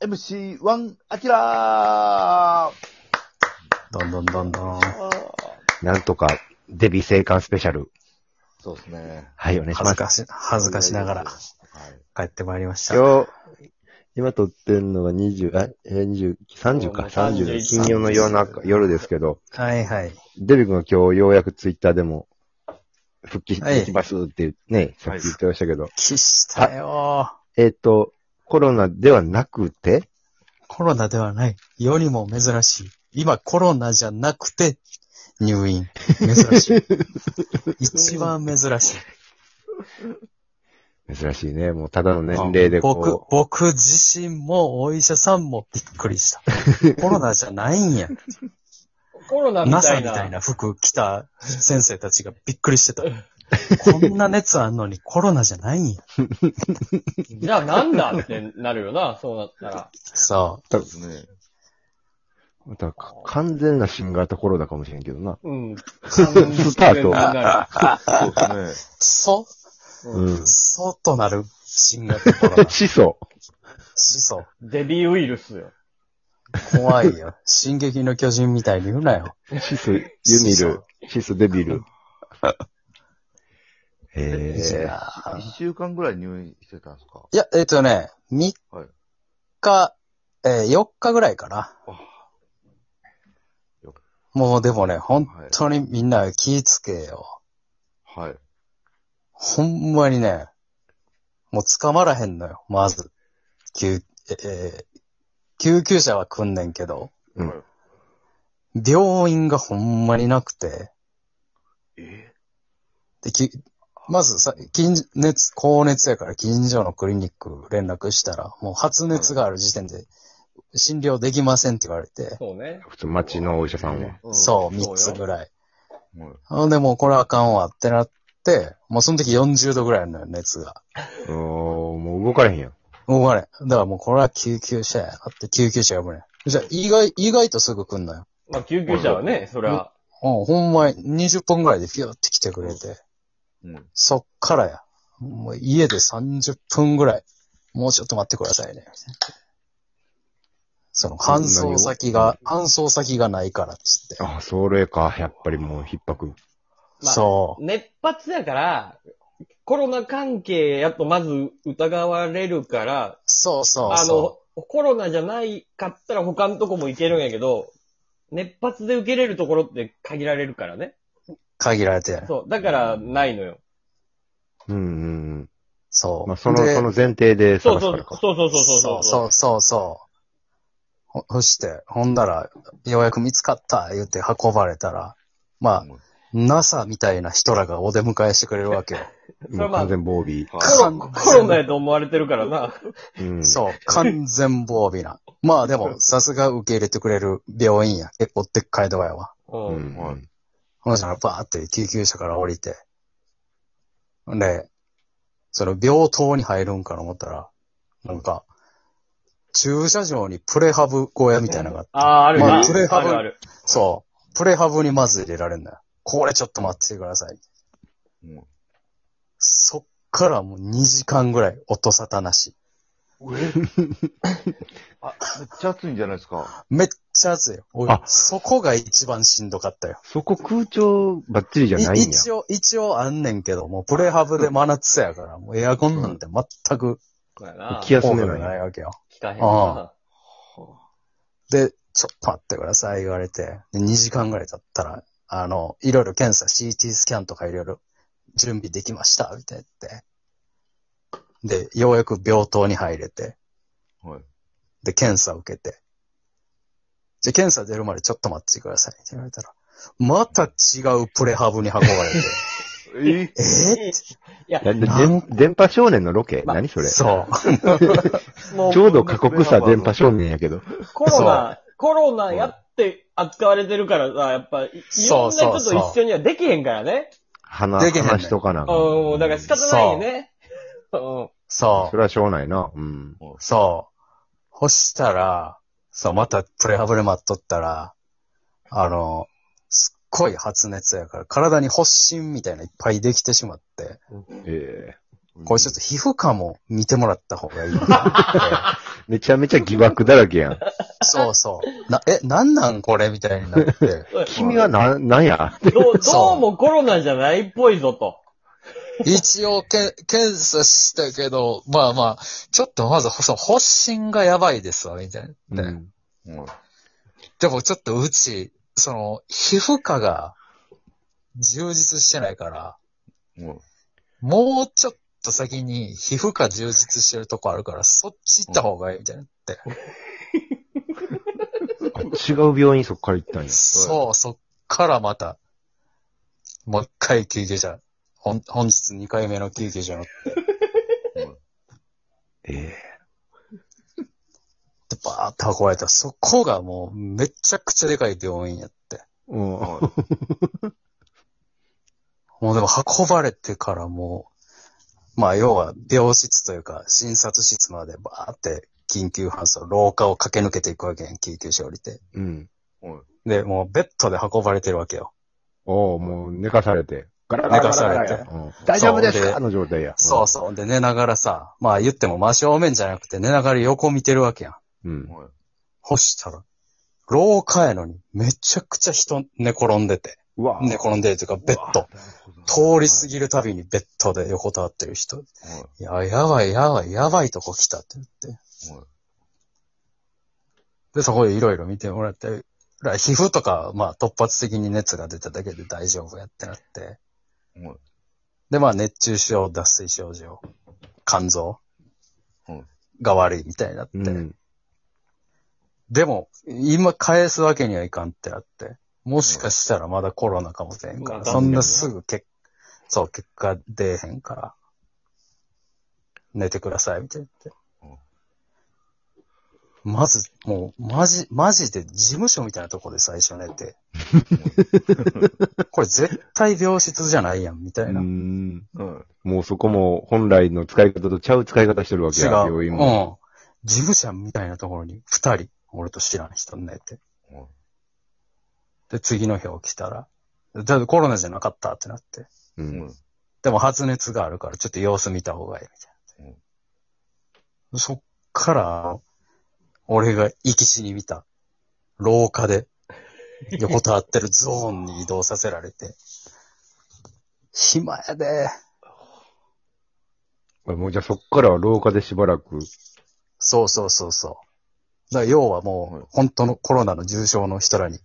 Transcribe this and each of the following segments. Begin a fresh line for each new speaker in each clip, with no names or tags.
4MC1 アキラー
どんどんどんどん。
なんとか、デビ生還スペシャル。
そうですね。
はい、お願いし
恥
ま
ず
す。
かし、恥ずかしながら
はい。
帰ってまいりました。
今日、今撮ってんのが20、あ、えー、20、30か、30。
31
金曜の夜中、夜ですけど、
はいはい。
デビ君が今日ようやくツイッターでも、復帰
はい
できますってね、さっき言ってましたけど、
きしたよ
えっと、コロナではなくて、
ー。コロナではない。よりも珍しい。今コロナじゃなくて入院。珍 しい。一番珍しい。
珍しいね、もうただの年齢で
僕
こ、
僕自身もお医者さんもびっくりした。コロナじゃないんや。
コロナみた
NASA
い
み
な。
たいな服着た先生たちがびっくり してた。こんな熱あんのにコロナじゃないんや。
じゃあなんだってなるよな、 そうなったら。
そう。
そうですね。
う、またか完全な新型コロナかもしれんけどな。
うん。
スタート
な
そうです
そ、
るう
うんん。
そとなる新型コロナ。
始祖。
始祖。
デビーウイルスよ。
怖いよ。進撃の巨人みたいに言うなよ。
シス、ユミル、シスデビ ル。え
い
え
や
ね。
ー
一週間ぐらい入院してたんですか
いや、えっ、とね、3
はい
日、えー、4日ぐらいかな
あ。
もうでもね、本当にみんな気ぃつけよ。
はい。
ほんまにね、もう捕まらへんのよ、まず。救、えー救急車は来んねんけど、
うん
はい
病院がほんまになくて、
え
で、き、まずさ、近所、熱、高熱やから近所のクリニック連絡したら、もう発熱がある時点で診療できませんって言われて、
そうね。
普通町のお医者さんは。
うん
そう、
そうよ
3つぐらい。
はい
ほんで、もうこれあかんわってなって、もうその時40度ぐらいなのよ、熱が。
おーもう動かれへんやん。
もうあれ。だからもうこれは救急車やなって、救急車呼ぶね。じゃあ意外、意外とすぐ来んのよ。
まあ、救急車はね、そりゃ、
うん、ほんまに20分ぐらいでピューって来てくれて。
うん
そっからや。もう家で30分ぐらい。もうちょっと待ってくださいね。その、搬送先が、搬送先がないからっつって。
あ、それか。やっぱりもう逼迫。
まあ
そ
熱発やから、コロナ関係やっぱまず疑われるから
う。、そうそう
あ
そ
の、コロナじゃないかったら他のとこも行けるんやけど、熱発で受けれるところって限られるからね。
う。限られてる。
そう。だから、ないのよ。
うんうん
そ
うん。
う。
まあ、その、
で
その前提で
そ
探
うそ
す
う
か
そ
ら
う
か。
そうそ
そ
うそう
そ
うそう
そうそう。ほ、ほして、ほんだら、ようやく見つかった、言って運ばれたら、まあ、NASA みたいな人らがお出迎えしてくれるわけよ。
う
もう完全防備。
う。コロナやと思われてるからな。
うん。
そう、完全防備な。まあでも、さすが受け入れてくれる病院や。結構でっかいドアやわ。
う。
うんん。うん
ほの人がバーって救急車から降りて。んで、その病棟に入るんかな思ったら、なんか、駐車場にプレハブ小屋みたいなのがあって
ああ、あるよ
ま
な
あプレハブ
あるある。
そう。プレハブにまず入れられるんだよ。これちょっと待っててください。
うんうん
そっからもう2時間ぐらい音沙汰なし。
あ、めっちゃ暑いんじゃないですか。
めっちゃ暑いよ。俺
あ
そこが一番しんどかったよ。
そこ空調ばっちりじゃないん
い
や。
一応、一応あんねんけど、もうプレハブで真夏やから、もうエアコンなんて全く
そうやな。
気が
効
休め
果が
ない
ないわけよ。
聞かへん
あ
な。
で、ちょっと待ってください、言われて。で、2時間ぐらい経ったら、あの、いろいろ検査、CT スキャンとかいろいろ準備できました、みたいな言って。で、ようやく病棟に入れて、
はい。
で、検査受けて。じゃ、検査出るまでちょっと待ってください、って言われたら、また違うプレハブに運ばれ て。
え
え
いや
だ、って
な
電電波少年のロケ、
ま
何それ
ー、
ち
そう。
も
ょうど過酷さ電波少年やけど。
コロナ、コロナやって扱われてるからさ、やっぱ、いいろ
そうん
な
そう
人
そう
と一緒にはできへんからね。
話、
できへんねん
話とかな。
うん、だから仕方ないよね。うん。
そう
そ。れはしょうないな。うん。
そう。干したら、そう、またプレハブで待っとったら、あの、すっごい発熱やから、体に発疹みたいなのいっぱいできてしまって、
ええ
これちょっと皮膚科も見てもらった方がいい。
めちゃめちゃ疑惑だらけやん。
そうそう。な、え、なんなんこれみたいになって。
君はな、なんや
ど う、
そう
どうもコロナじゃないっぽいぞと。
一応け、検査したけど、まあまあ、ちょっとまず、その発疹がやばいですわ、みたいな。で
うん
うん
でもちょっとうち、その、皮膚科が充実してないから、
うん
もうちょっと先に皮膚科充実してるとこあるから、そっち行った方がいいみたいになって。
あ違う病院そっから行ったんや。
そう、そっからまた、もう一回救急車、ほん本日2回目の救急車乗って、
ええ
バーって運ばれた。そこがもう、めちゃくちゃでかい病院やって。
うん
は
もうでも運ばれてからもう、まあ要は病室というか診察室までバーって緊急搬送、廊下を駆け抜けていくわけやん、救急車降りて。
うん。
いはい
で、もうベッドで運ばれてるわけよ。
おうもう寝かされて。ガラ
寝
ガラガ
か
ラ
され
ガラ
て。
うん大丈夫です
そう
かの状態や。
そうそう。で、寝ながらさ、まあ言っても真正面じゃなくて寝ながら横見てるわけやん。
うん。
はい
ほしたら、廊下やのにめちゃくちゃ人寝転んでて。
うわ
寝転んでるというかベッド。。通り過ぎるたびにベッドで横たわってる人。いや、やばいやばいやばいとこ来たって言って。で、そこでいろいろ見てもらって、ら皮膚とか、まあ突発的に熱が出ただけで大丈夫やってなって。
はいはい
で、まあ熱中症、脱水症状、肝臓
うん
が悪いみたいになって。
うん。
でも、今返すわけにはいかんってなって。もしかしたらまだコロナかもしれんから、
うん
そんなすぐ結、そう、結果出えへんから、寝てください、みたいな言って。まず、もう、マジ、マジで事務所みたいなとこで最初寝て。これ絶対病室じゃないやん、みた
う
いな。違う。
ん。
はい
もうそこも本来の使い方とちゃう使い方してるわけや。病
う
院
ん
も。。
事務所みたいなところに二人、俺と知らん人寝て。
はい
で、次の日起きたら、だってコロナじゃなかったってなって。
う
うん
ん。
でも発熱があるから、ちょっと様子見た方がいいみたいな。そっから、俺が生き死に見た、廊下で、横たわってるゾーンに移動させられて、暇やで。
もうじゃあそっからは廊下でしばらく。
そうそうそうそう。だから要はもう、本当のコロナの重症の人らに、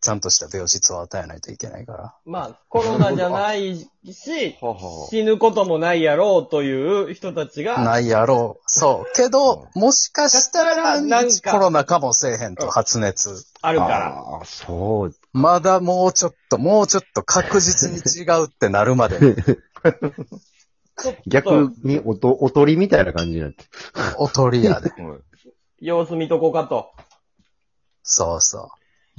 ちゃんとした病室を与えないといけないから。
まあ、コロナじゃないし、
はは
死ぬこともないやろうという人たちが、
ないやろう。そう。けど、もしかしたら、
なんか
コロナかもせえへんと、発熱。
あ
あ
るから。
あー、そう。
まだもうちょっと、もうちょっと確実に違うってなるま で、
ちょっと
逆におと、おとりみたいな感じになって。
おとりやで。
いはい
様子見とこうかと。
そうそう。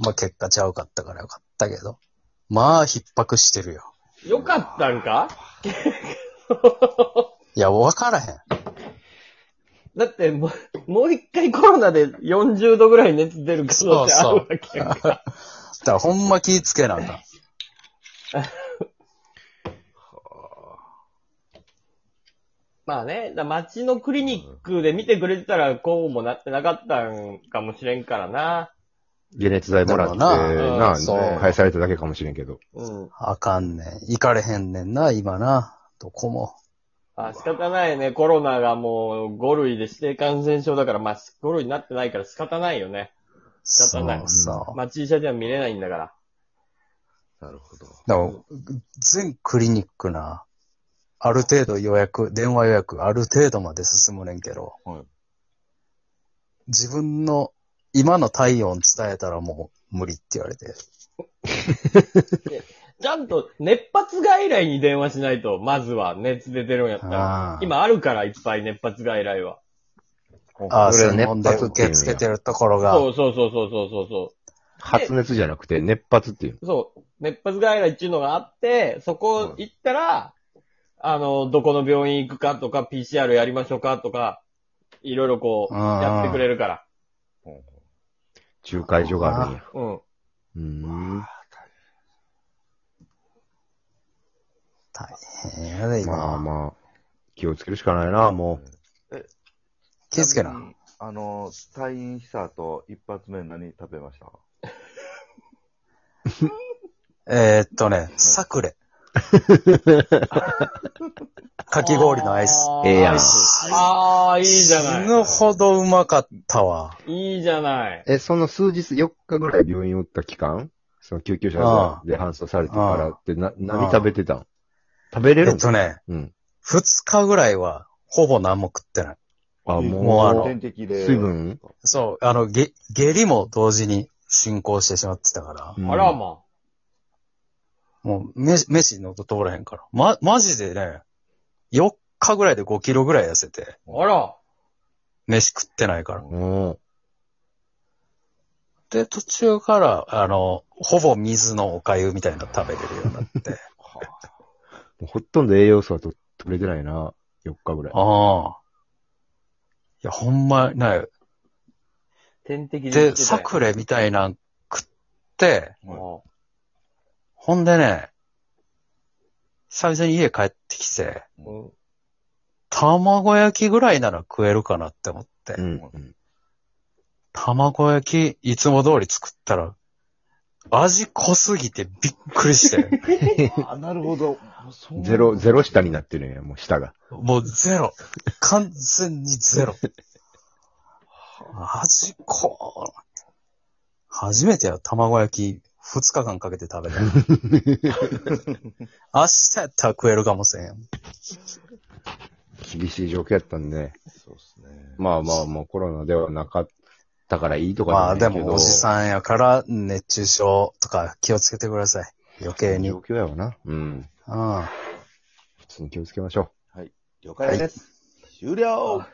まあ結果ちゃうかったからよかったけど。まあ、逼迫してるよ。
よかったんか
いや、わからへん。
だってもう、もう一回コロナで40度ぐらい熱出る可能性あるわけやんか。
だからほんま気ぃつけなあかん。
まあね、だ町のクリニックで見てくれてたら、こうもなってなかったんかもしれんからな。
解熱剤もらって、
だから
な
なあ
そう
返されただけかもしれんけど。
うん。
あかんねん。行かれへんねんな、今な。どこも。
あ、仕方ないね。コロナがもう5類で指定感染症だから、まあ5類になってないから仕方ないよね。
そ
方ないう
そう。
町医者では見れないんだから。
なるほど。
だから全クリニックな、ある程度予約、電話予約、ある程度まで進むねんけど、
はい
自分の今の体温伝えたらもう無理って言われて。
ちゃんと熱発外来に電話しないと、まずは熱出てるんやったら
あ。ー
今あるからいっぱい熱発外来は。
ああ、
それ
専
は
門で受け付けてるところが、
そうそうそうそうそうそうそう。
発熱じゃなくて、熱発っていう。
そう、熱発外来っていうのがあって、そこ行ったら、あの、どこの病院行くかとか、PCR やりましょうかとか、いろいろこう、
うんうん
やってくれるから。
仲介所があるんや。
うん。
うーん。
大変やで、今。
まあまあ。気をつけるしかないな、も
気をつけな。
あの、退院した後、一発目何食べました
えーっとね、サク レ。かき氷のアイス。
ええやん
あー、いいじゃ
死ぬ
な
ほどうまかったわ。
い。いいじゃない。
う。え、その数日、4日ぐらい病院おった期間その救急車
ああ
で搬送されてからって、な、何
ああ
食べてたん食べれ
え
る
っ
ん
とね、
うん。
二日ぐらいは、ほぼ何も食ってない。
あ、もう、
もうあの
点滴で。
水分
そう、あの、げ、下痢も同時に進行してしまってたから、
うん
あらま
もう、飯、飯のと通らへんから。ま、マジでね、4日ぐらいで5キロぐらい痩せて、
あ。あら。
飯食ってないから。
うん。
で、途中から、あの、ほぼ水のお粥みたいなの食べれるよう になって。
もうほとんど栄養素はと取れてないな、4日ぐらい。
ああ。いや、ほんま、ね、
点滴で
で、サクレみたいなん食って、
あー
ほんでね、久々に家帰ってきて、
うん
卵焼きぐらいなら食えるかなって思って、
うん。
卵焼きいつも通り作ったら、味濃すぎてびっくり して、
あ、なるほど。
ゼロ、ゼロ下になってるんや、もう下が。
もうゼロ。完全にゼロ。味濃い初めてや、卵焼き2日間かけて食べた。 明日やったら食えるかもしれん。
厳しい状況やったんで。
そうですね。
まあまあ、もうコロナではなかったからいいとか
まあ
じ
で
ゃないけど
もおじさんやから熱中症とか気をつけてください。余計に。う
状
ん。
況やわな。うん。
あ
普通に気をつけましょう。
了解です。終了